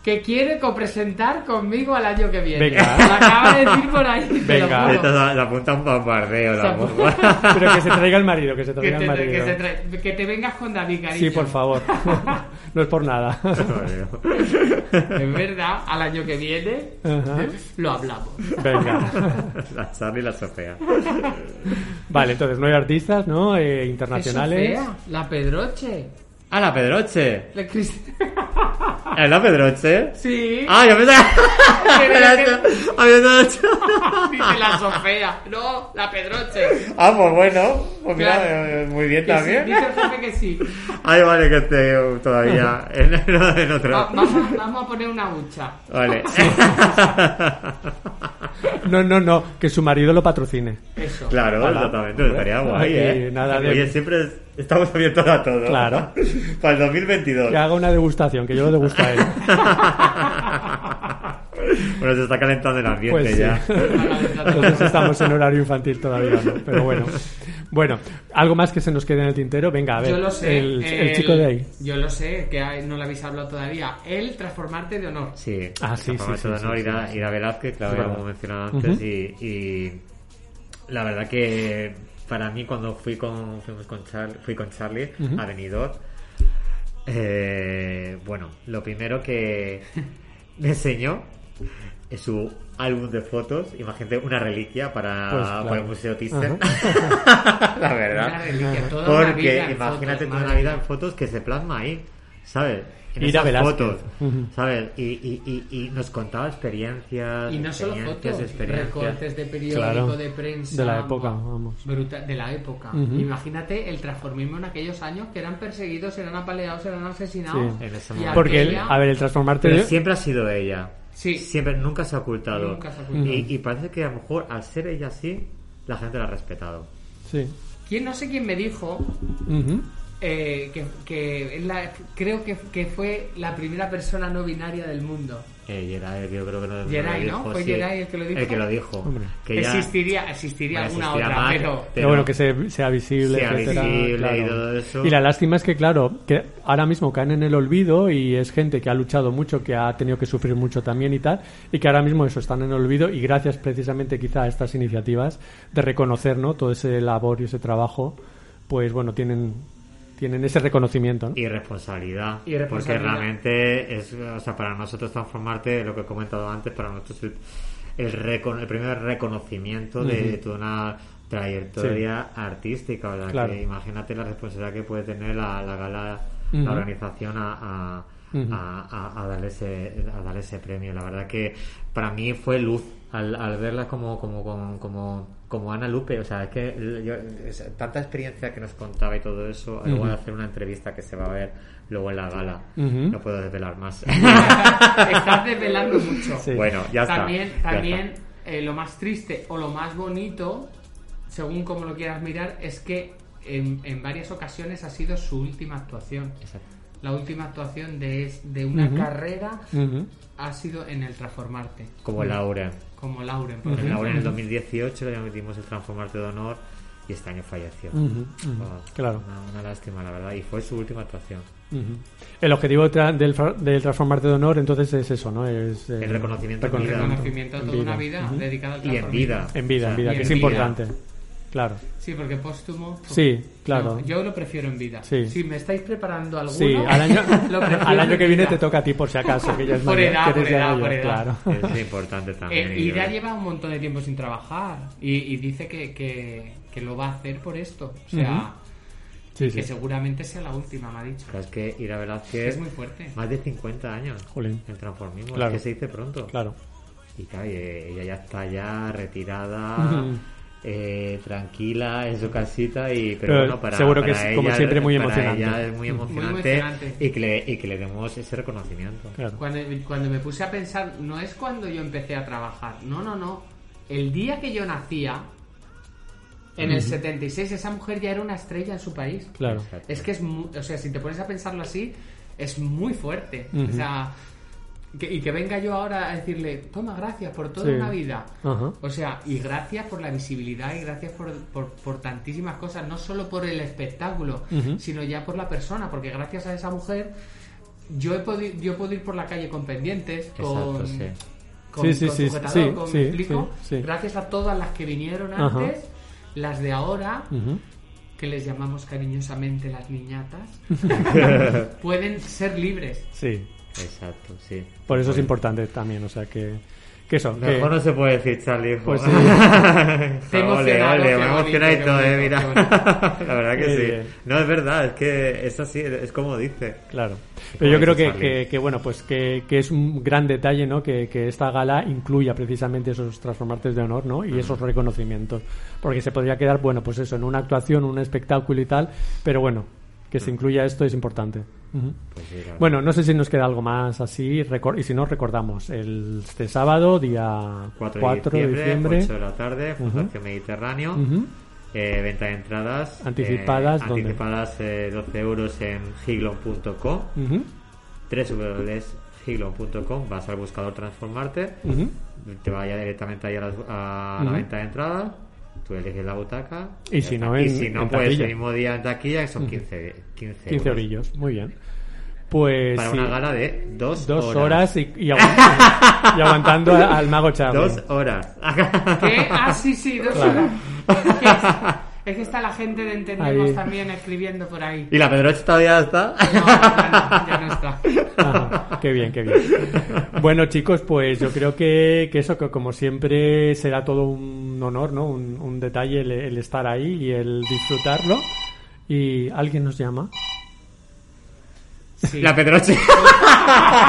Speaker 5: que quiere copresentar conmigo al año que viene. *laughs*
Speaker 3: Venga.
Speaker 5: Me acaba de decir por ahí. te lo
Speaker 3: Venga.
Speaker 5: juro.
Speaker 4: Esta la, la punta un bombardeo, la
Speaker 5: Esta-
Speaker 4: bomba.
Speaker 3: Pero que se traiga el marido, que se
Speaker 5: Que
Speaker 3: traiga
Speaker 5: te,
Speaker 3: el marido.
Speaker 5: que te tra- que te vengas con David, cariño.
Speaker 3: sí, por favor. *laughs* no es por nada. *laughs*
Speaker 5: *laughs* Es verdad, al año que viene ¿eh?
Speaker 3: Ajá.
Speaker 5: lo hablamos.
Speaker 3: Venga.
Speaker 4: la Charlie y la Sofía.
Speaker 3: Vale, entonces nueve artistas, ¿no? Eh,
Speaker 5: Qué
Speaker 3: internacionales.
Speaker 5: sofea, La Pedroche.
Speaker 4: ¡Ah, la Pedroche!
Speaker 5: La Cris- *laughs*
Speaker 4: ¿Es la Pedroche?
Speaker 5: Sí.
Speaker 4: ¡Ah, yo pensaba! *laughs*
Speaker 5: Pero
Speaker 4: Había hecho- había hecho-
Speaker 5: *laughs* Dice la Sofía. No, la Pedroche.
Speaker 4: Ah, pues bueno, pues mira,
Speaker 5: Claro.
Speaker 4: eh, muy bien
Speaker 5: Que sí,
Speaker 4: también.
Speaker 5: dice el jefe que sí.
Speaker 4: Ay, vale, que esté
Speaker 5: *laughs*
Speaker 4: todavía en, en
Speaker 5: Va-
Speaker 4: otro.
Speaker 5: vamos, a- vamos a poner una hucha.
Speaker 4: Vale.
Speaker 3: No, no, no, que su marido lo patrocine.
Speaker 5: Eso.
Speaker 4: Claro,
Speaker 3: Hola.
Speaker 4: exactamente, estaría guay,
Speaker 3: Aquí,
Speaker 4: ¿eh?
Speaker 3: nada de-
Speaker 4: Oye, siempre es- estamos abiertos a todo.
Speaker 3: Claro.
Speaker 4: *laughs* Para el 2022.
Speaker 3: Que haga una degustación, que yo lo degusto
Speaker 5: *laughs*
Speaker 3: a él.
Speaker 4: *laughs* bueno, se está calentando el ambiente
Speaker 3: Pues sí.
Speaker 4: ya.
Speaker 3: Entonces estamos en horario infantil todavía, ¿no? Pero bueno. Bueno, algo más que se nos quede en el tintero. Venga, a ver.
Speaker 5: Yo lo sé.
Speaker 3: El, el chico de ahí.
Speaker 5: Yo lo sé, que hay- no lo habéis hablado todavía. El transformarte de honor.
Speaker 4: Sí,
Speaker 3: Ah, sí,
Speaker 4: el
Speaker 3: sí,
Speaker 4: formato
Speaker 3: sí,
Speaker 4: de
Speaker 3: sí,
Speaker 4: honor,
Speaker 3: sí,
Speaker 4: ir, a,
Speaker 3: sí.
Speaker 4: ir a Velázquez, que lo
Speaker 3: Es
Speaker 4: habíamos
Speaker 3: verdad.
Speaker 4: mencionado antes, y, y la verdad que para mí cuando fui con, fuimos con, Char- fui con Charlie
Speaker 3: Ujú.
Speaker 4: a Benidorm, eh, bueno, lo primero
Speaker 3: *laughs*
Speaker 4: que me enseñó es su álbum de fotos, imagínate una reliquia para,
Speaker 3: Pues claro.
Speaker 4: para el Museo Thyssen, *laughs* la verdad.
Speaker 5: Una reliquia, toda una
Speaker 4: Porque
Speaker 5: vida en
Speaker 4: imagínate
Speaker 5: fotos,
Speaker 4: toda una
Speaker 5: madre
Speaker 4: vida en
Speaker 5: mía.
Speaker 4: fotos que se plasma ahí, ¿sabes? en
Speaker 3: Ira
Speaker 4: esas
Speaker 3: Velázquez.
Speaker 4: fotos,
Speaker 3: Ujú.
Speaker 4: ¿sabes? Y, y, y, y nos contaba experiencias,
Speaker 5: Y no solo
Speaker 4: experiencias,
Speaker 5: fotos,
Speaker 4: experiencias.
Speaker 5: recortes de periódico,
Speaker 3: Claro.
Speaker 5: de prensa.
Speaker 3: De la época, vamos.
Speaker 5: Bruta- de la época.
Speaker 3: Ujú.
Speaker 5: Imagínate el transformismo en aquellos años que eran perseguidos, eran apaleados, eran asesinados.
Speaker 3: Sí.
Speaker 4: En ese
Speaker 5: Y
Speaker 4: momento.
Speaker 3: Porque, el-
Speaker 5: aquella-
Speaker 3: a ver, el transformarte...
Speaker 4: Pero siempre ha sido ella.
Speaker 5: Sí.
Speaker 4: Siempre, nunca se ha ocultado.
Speaker 5: Nunca se ha ocultado.
Speaker 4: Y, y parece que a lo mejor al ser ella así, la gente la ha respetado.
Speaker 3: Sí.
Speaker 5: ¿Quién no sé quién me dijo
Speaker 3: Ujú.
Speaker 5: eh, que, que es la- creo que, que fue la primera persona no binaria del mundo?
Speaker 4: Eh, Yeray, que yo creo que no, no
Speaker 5: Yeray,
Speaker 4: lo
Speaker 5: ¿no?
Speaker 4: dijo,
Speaker 5: ¿Fue
Speaker 4: sí.
Speaker 5: Yeray el que lo dijo?
Speaker 4: El que lo dijo.
Speaker 3: Hombre.
Speaker 4: Que ya
Speaker 5: existiría existiría
Speaker 4: bueno,
Speaker 5: alguna
Speaker 4: existía
Speaker 5: otra,
Speaker 4: más,
Speaker 5: pero
Speaker 3: Pero bueno, que se- sea visible,
Speaker 4: Sea
Speaker 3: etcétera,
Speaker 4: visible
Speaker 3: claro.
Speaker 4: y todo eso.
Speaker 3: Y la lástima es que, claro, que ahora mismo caen en el olvido y es gente que ha luchado mucho, que ha tenido que sufrir mucho también y tal, y que ahora mismo eso están en el olvido y gracias precisamente quizá a estas iniciativas de reconocer, ¿no? Todo ese labor y ese trabajo, pues bueno, tienen, tienen ese reconocimiento, ¿no?
Speaker 4: Y responsabilidad.
Speaker 5: Y responsabilidad.
Speaker 4: Porque realmente es, o sea, para nosotros transformarte, lo que he comentado antes, para nosotros el, el, recono- el primer reconocimiento de,
Speaker 3: Ujú.
Speaker 4: de toda una trayectoria artística. o sea,
Speaker 3: Claro.
Speaker 4: que imagínate la responsabilidad que puede tener la, la gala,
Speaker 3: Ujú.
Speaker 4: la organización a, a,
Speaker 3: Ujú.
Speaker 4: a- a- a darle ese, a darle ese premio. La verdad que para mí fue luz. Al, al verla como, como, como, como, como Ana Lupe, o sea, es que l- yo- es- tanta experiencia que nos contaba y todo eso, luego
Speaker 3: Ujú.
Speaker 4: de hacer una entrevista que se va a ver luego en la gala,
Speaker 3: Ujú.
Speaker 4: no puedo desvelar más. *laughs*
Speaker 5: estás desvelando mucho.
Speaker 3: *laughs* Sí.
Speaker 4: bueno, ya está.
Speaker 5: también,
Speaker 4: ya
Speaker 5: También
Speaker 4: está.
Speaker 5: eh, lo más triste o lo más bonito, según como lo quieras mirar, es que en, en varias ocasiones ha sido su última actuación.
Speaker 4: Exacto.
Speaker 5: La última actuación de, es- de una
Speaker 3: Ujú.
Speaker 5: carrera
Speaker 3: Ujú.
Speaker 5: ha sido en el transformarte,
Speaker 4: Como Laura.
Speaker 5: como Lauren, por
Speaker 4: Porque
Speaker 5: ejemplo.
Speaker 4: Laura en el 2018 le metimos el Transformarte de Honor y este año falleció.
Speaker 3: Ujú, ujú,
Speaker 4: Wow,
Speaker 3: claro.
Speaker 4: Una, una lástima, la verdad. Y fue su última actuación.
Speaker 3: Ujú. El objetivo tra- del, fra- del transformarte de honor entonces es eso, ¿no? Es eh,
Speaker 4: El reconocimiento en
Speaker 5: El
Speaker 4: vida.
Speaker 5: reconocimiento a
Speaker 3: en
Speaker 5: toda una vida
Speaker 3: Ujú.
Speaker 5: dedicada al
Speaker 4: Y en
Speaker 5: transformismo.
Speaker 4: vida.
Speaker 3: En
Speaker 4: O
Speaker 3: vida,
Speaker 4: sea,
Speaker 3: en vida,
Speaker 5: y
Speaker 3: que
Speaker 5: en
Speaker 3: es
Speaker 5: vida.
Speaker 3: importante. Claro.
Speaker 5: Sí, porque póstumo.
Speaker 3: Sí, claro.
Speaker 5: No, yo lo prefiero en vida.
Speaker 3: Sí.
Speaker 5: Si me estáis preparando alguno.
Speaker 3: Sí, al año,
Speaker 5: *laughs* lo
Speaker 3: *laughs*
Speaker 5: prefiero
Speaker 3: al año
Speaker 5: en
Speaker 3: que viene
Speaker 5: vida.
Speaker 3: te toca a ti por si acaso, que ya es
Speaker 5: *laughs* Por
Speaker 3: mayor,
Speaker 5: edad,
Speaker 3: que eres
Speaker 5: por
Speaker 3: ya
Speaker 5: edad,
Speaker 3: mayor,
Speaker 5: por edad.
Speaker 3: claro.
Speaker 4: Es importante también.
Speaker 5: Eh,
Speaker 4: y
Speaker 5: Ida
Speaker 4: yo-
Speaker 5: lleva un montón de tiempo sin trabajar y, y dice que, que- que lo va a hacer por esto. O sea,
Speaker 3: Sí,
Speaker 5: que
Speaker 3: sí.
Speaker 5: seguramente sea la última, me ha dicho.
Speaker 4: O sea, es que Ira Velázquez.
Speaker 5: Es muy fuerte.
Speaker 4: Más de 50 años.
Speaker 3: Jolín.
Speaker 4: El transformismo.
Speaker 3: Claro.
Speaker 4: Es que se dice pronto.
Speaker 3: Claro.
Speaker 4: Y claro, y eh, ella ya está ya retirada,
Speaker 3: *laughs* Ujú.
Speaker 4: eh, tranquila en su casita y pero,
Speaker 3: Pero
Speaker 4: bueno, para
Speaker 3: seguro que
Speaker 4: para
Speaker 3: es, como siempre, muy
Speaker 4: para
Speaker 3: emocionante.
Speaker 4: ella es muy emocionante,
Speaker 5: emocionante.
Speaker 4: Y, que le, y que le demos ese reconocimiento.
Speaker 3: Claro.
Speaker 5: Cuando, cuando me puse a pensar, no es cuando yo empecé a trabajar. No, no, no. El día que yo nacía, en el 76, esa mujer ya era una estrella en su país.
Speaker 3: Claro.
Speaker 4: Exacto.
Speaker 5: Es que es, mu- o sea, si te pones a pensarlo así, es muy fuerte.
Speaker 3: Ujú.
Speaker 5: O sea, que- y que venga yo ahora a decirle, toma, gracias por toda
Speaker 3: Sí.
Speaker 5: una vida.
Speaker 3: Ajá.
Speaker 5: O sea, y gracias por la visibilidad y gracias por, por, por tantísimas cosas, no solo por el espectáculo,
Speaker 3: Ujú.
Speaker 5: sino ya por la persona, porque gracias a esa mujer yo he podido yo puedo ir por la calle con pendientes,
Speaker 4: Exacto,
Speaker 5: con,
Speaker 4: sí.
Speaker 5: con,
Speaker 3: Sí, sí,
Speaker 5: con
Speaker 3: sí,
Speaker 5: sujetador,
Speaker 3: sí,
Speaker 5: con-
Speaker 3: sí,
Speaker 5: ¿me explico?
Speaker 3: sí, sí.
Speaker 5: Gracias a todas las que vinieron
Speaker 3: Ajá.
Speaker 5: antes, las de ahora,
Speaker 3: Ujú.
Speaker 5: que les llamamos cariñosamente las niñatas,
Speaker 3: *laughs*
Speaker 5: pueden ser libres.
Speaker 3: Sí.
Speaker 4: Exacto, sí.
Speaker 3: Por eso es importante también, o sea que, que eso. que-
Speaker 4: Mejor no se puede decir, Charlie. hijo.
Speaker 3: Pues sí.
Speaker 5: Te he
Speaker 4: ole,
Speaker 5: emocionado,
Speaker 4: ole,
Speaker 5: qué
Speaker 4: me he emocionado y
Speaker 5: bonito,
Speaker 4: todo,
Speaker 5: qué
Speaker 4: eh, *laughs*
Speaker 5: bonito,
Speaker 4: mira.
Speaker 5: qué bonito.
Speaker 4: La verdad que
Speaker 3: Muy
Speaker 4: sí.
Speaker 3: bien.
Speaker 4: No, es verdad, es que es así, es como dice.
Speaker 3: Claro. Pero yo creo que,
Speaker 4: Charlie.
Speaker 3: que, que, bueno, pues que, que es un gran detalle, ¿no? Que, que esta gala incluya precisamente esos transformantes de honor, ¿no? Y esos reconocimientos. Porque se podría quedar, bueno, pues eso, en una actuación, un espectáculo y tal, pero bueno, que se incluya esto es importante. Ujú.
Speaker 4: Pues sí, la verdad.
Speaker 3: Bueno, no sé si nos queda algo más así, recor- y si no, recordamos, el, este sábado, día
Speaker 4: 4 de diciembre, pues, 8 de la tarde, Fundación Mediterráneo.
Speaker 3: Ujú.
Speaker 4: eh, venta de entradas.
Speaker 3: Anticipadas,
Speaker 4: eh,
Speaker 3: ¿dónde?
Speaker 4: anticipadas eh, 12 euros en giglon.com.
Speaker 5: Mm.
Speaker 3: Ujú,
Speaker 4: 3 www.giglon.com. Vas al buscador Transformarte.
Speaker 3: ujú.
Speaker 4: Te vaya directamente ahí a, las- a la
Speaker 3: Ujú.
Speaker 4: venta de entradas. Tú eliges la butaca.
Speaker 3: Y
Speaker 4: ya
Speaker 3: si
Speaker 4: está.
Speaker 3: no,
Speaker 4: y
Speaker 3: en-
Speaker 4: si no
Speaker 3: en
Speaker 4: puedes
Speaker 3: taquilla.
Speaker 4: el mismo día en taquilla, que son 15, 15,
Speaker 3: 15
Speaker 4: euros.
Speaker 3: orillos, muy bien. Pues
Speaker 4: Para
Speaker 3: sí.
Speaker 4: una gala de 2
Speaker 3: Dos horas, ah, y, y aguantando, *laughs* y aguantando
Speaker 4: *laughs*
Speaker 3: al, al mago Charlie.
Speaker 4: Dos horas. *laughs*
Speaker 5: ¿Qué? Ah, sí, sí, dos
Speaker 3: Claro.
Speaker 5: horas. Es que, es- es que está la gente de Entendemos
Speaker 3: Ahí.
Speaker 5: también escribiendo por ahí.
Speaker 4: ¿Y la Pedroche todavía está?
Speaker 5: No, ya no, ya no está.
Speaker 3: Ajá, qué bien, qué bien. Bueno, chicos, pues yo creo que, que eso, que como siempre, será todo un honor, ¿no? Un, un detalle el, el estar ahí y el disfrutarlo. Y alguien nos llama.
Speaker 5: Sí.
Speaker 4: La Pedroche.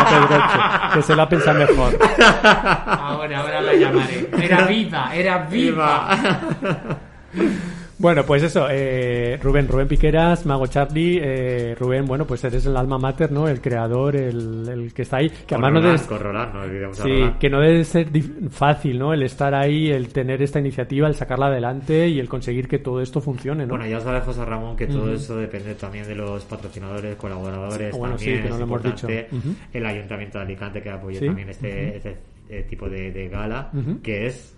Speaker 3: Pedroche, que se la piensa mejor.
Speaker 5: Ahora, ahora la llamaré. Era viva, era viva.
Speaker 3: Bueno, pues eso, eh, Rubén, Rubén Piqueras, Mago Charlie, eh, Rubén, bueno, pues eres el alma mater, ¿no? El creador, el, el que está ahí, que
Speaker 4: Con
Speaker 3: además no
Speaker 4: Roland,
Speaker 3: debes-
Speaker 4: con Roland, no olvidemos a
Speaker 3: Sí,
Speaker 4: Roland.
Speaker 3: que no debe ser dif- fácil, ¿no? El estar ahí, el tener esta iniciativa, el sacarla adelante y el conseguir que todo esto funcione, ¿no?
Speaker 4: Bueno, ya os sabe José Ramón que todo eso depende también de los patrocinadores, colaboradores,
Speaker 3: Ah, bueno,
Speaker 4: también
Speaker 3: sí, que no
Speaker 4: es
Speaker 3: lo hemos
Speaker 4: importante.
Speaker 3: dicho. Ujú.
Speaker 4: el Ayuntamiento de Alicante que apoya
Speaker 3: Sí.
Speaker 4: también este, este, eh, tipo de, de gala,
Speaker 3: Ujú.
Speaker 4: que es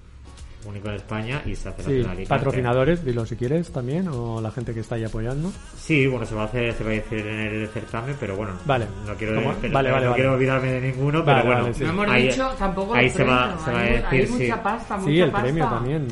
Speaker 4: único en España y se hace
Speaker 3: Sí,
Speaker 4: en Alicante.
Speaker 3: patrocinadores, dilo si quieres también, o la gente que está ahí apoyando.
Speaker 5: Ah,
Speaker 4: Sí, bueno, se va a hacer, se va a decir en el certamen, pero bueno,
Speaker 3: Vale.
Speaker 4: no quiero,
Speaker 3: Como-
Speaker 4: pero-
Speaker 3: vale,
Speaker 4: no
Speaker 3: vale,
Speaker 4: quiero
Speaker 3: vale.
Speaker 4: olvidarme de ninguno,
Speaker 3: Vale,
Speaker 4: pero bueno,
Speaker 3: vale, sí.
Speaker 5: No hemos
Speaker 4: ahí-
Speaker 5: dicho tampoco
Speaker 4: ahí
Speaker 5: los
Speaker 4: se va,
Speaker 5: premios,
Speaker 4: se va a
Speaker 5: hay,
Speaker 4: decir,
Speaker 5: hay
Speaker 4: sí.
Speaker 5: mucha pasta, mucha
Speaker 3: Sí, el
Speaker 5: pasta.
Speaker 3: premio también.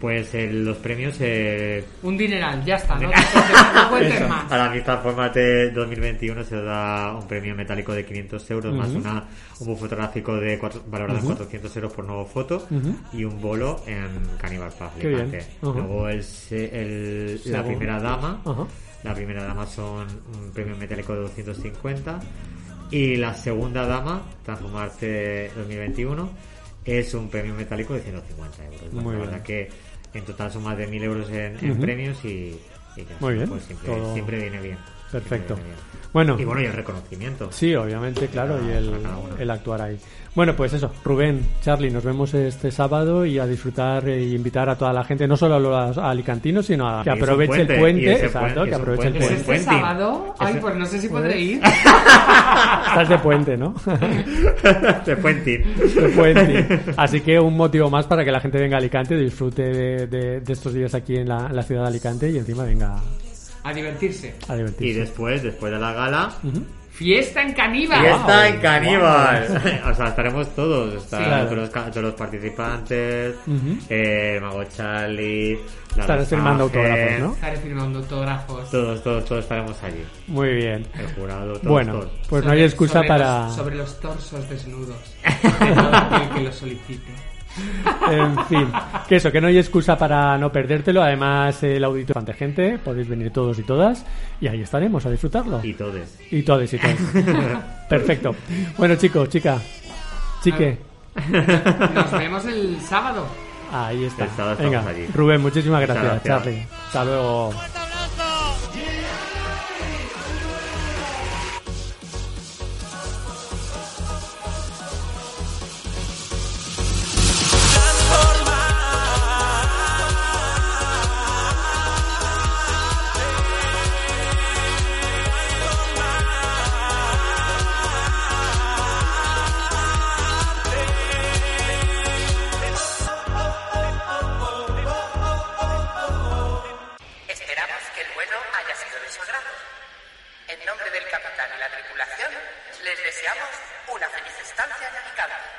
Speaker 4: Pues eh, los premios eh,
Speaker 5: Un dineral, ya
Speaker 3: *laughs*
Speaker 5: está, no, te cuentes- no cuentes
Speaker 3: Eso.
Speaker 5: más.
Speaker 4: A la misma Formate 2021 se da un premio metálico de 500 euros más una, un bufete gráfico de cuatro- valorado en 400 euros por nuevo foto
Speaker 3: Ujú.
Speaker 4: y un bolo en Cannibal Faz.
Speaker 3: Qué bien.
Speaker 4: Alicante.
Speaker 3: Ujú.
Speaker 4: Luego el, se- el- la
Speaker 3: Según-
Speaker 4: primera dama.
Speaker 3: Ajá.
Speaker 4: La primera dama son un premio metálico de 250 y la segunda dama, Transformarse 2021, es un premio metálico de 150 euros.
Speaker 3: Muy
Speaker 4: la
Speaker 3: bien.
Speaker 4: verdad que en total son más de 1000 euros en, en
Speaker 3: Ujú.
Speaker 4: premios y, y ya
Speaker 3: Muy bien.
Speaker 4: pues siempre,
Speaker 3: Todo-
Speaker 4: siempre viene bien.
Speaker 3: Perfecto.
Speaker 4: Siempre viene
Speaker 3: Bueno,
Speaker 4: bien. Y bueno, y el reconocimiento. *laughs*
Speaker 3: sí, obviamente, claro, y el,
Speaker 4: Para cada uno.
Speaker 3: el actuar ahí. Bueno, pues eso, Rubén, Charlie, nos vemos este sábado y a disfrutar e invitar a toda la gente, no solo a los alicantinos, sino a que
Speaker 4: Y es un
Speaker 3: aproveche
Speaker 4: puente,
Speaker 3: el
Speaker 4: y
Speaker 3: puente,
Speaker 4: ese
Speaker 3: exacto,
Speaker 4: puente,
Speaker 3: que
Speaker 4: es un
Speaker 3: aproveche el
Speaker 4: puente.
Speaker 5: ¿Es
Speaker 3: puente.
Speaker 5: este
Speaker 4: Puenting.
Speaker 5: sábado? Ay,
Speaker 4: Ese-
Speaker 5: pues no sé si podré ir.
Speaker 3: Estás de
Speaker 4: *laughs*
Speaker 3: puente, ¿no?
Speaker 4: de Puentin.
Speaker 3: de puente. Así que un motivo más para que la gente venga a Alicante, disfrute de, de- de estos días aquí en la, en la ciudad de Alicante y encima venga
Speaker 5: A divertirse.
Speaker 3: a
Speaker 4: Y
Speaker 3: divertirse.
Speaker 4: después, después de la gala,
Speaker 5: Fiesta en Caníbal.
Speaker 4: Y está
Speaker 3: Wow.
Speaker 4: en Caníbal. *laughs* o sea, estaremos todos. Está
Speaker 3: Sí. Claro.
Speaker 4: todos, los, ca- todos los participantes,
Speaker 3: Ujú.
Speaker 4: eh, Mago Charlie, la
Speaker 3: Estarás
Speaker 4: Rosa
Speaker 3: firmando
Speaker 4: Ángel,
Speaker 3: autógrafos, ¿no?
Speaker 5: Estaré firmando autógrafos.
Speaker 4: Todos, todos, todos estaremos allí.
Speaker 3: Muy bien.
Speaker 4: El jurado, todos.
Speaker 3: Bueno,
Speaker 4: todos.
Speaker 3: pues no
Speaker 5: Sobre-
Speaker 3: hay excusa
Speaker 5: sobre
Speaker 3: para...
Speaker 5: los- sobre los
Speaker 3: *laughs*
Speaker 5: torsos desnudos. De todo aquel que lo solicite.
Speaker 3: En fin, que eso, que no hay excusa para no perdértelo. Además, el auditorio es bastante gente, podéis venir todos y todas, y ahí estaremos a disfrutarlo.
Speaker 4: Y todos.
Speaker 3: Y todos y todas.
Speaker 4: *laughs*
Speaker 3: Perfecto. Bueno, chicos, chica, chique,
Speaker 5: Nos vemos el sábado.
Speaker 3: ahí está.
Speaker 4: El sábado estamos
Speaker 3: Venga,
Speaker 4: allí.
Speaker 3: Rubén, muchísimas
Speaker 4: Muchas
Speaker 3: gracias,
Speaker 4: gracias.
Speaker 3: Charlie. Hasta luego.
Speaker 1: Esperamos que el vuelo haya sido de su agrado. En nombre del capitán y la tripulación, les deseamos una feliz estancia en Alicante.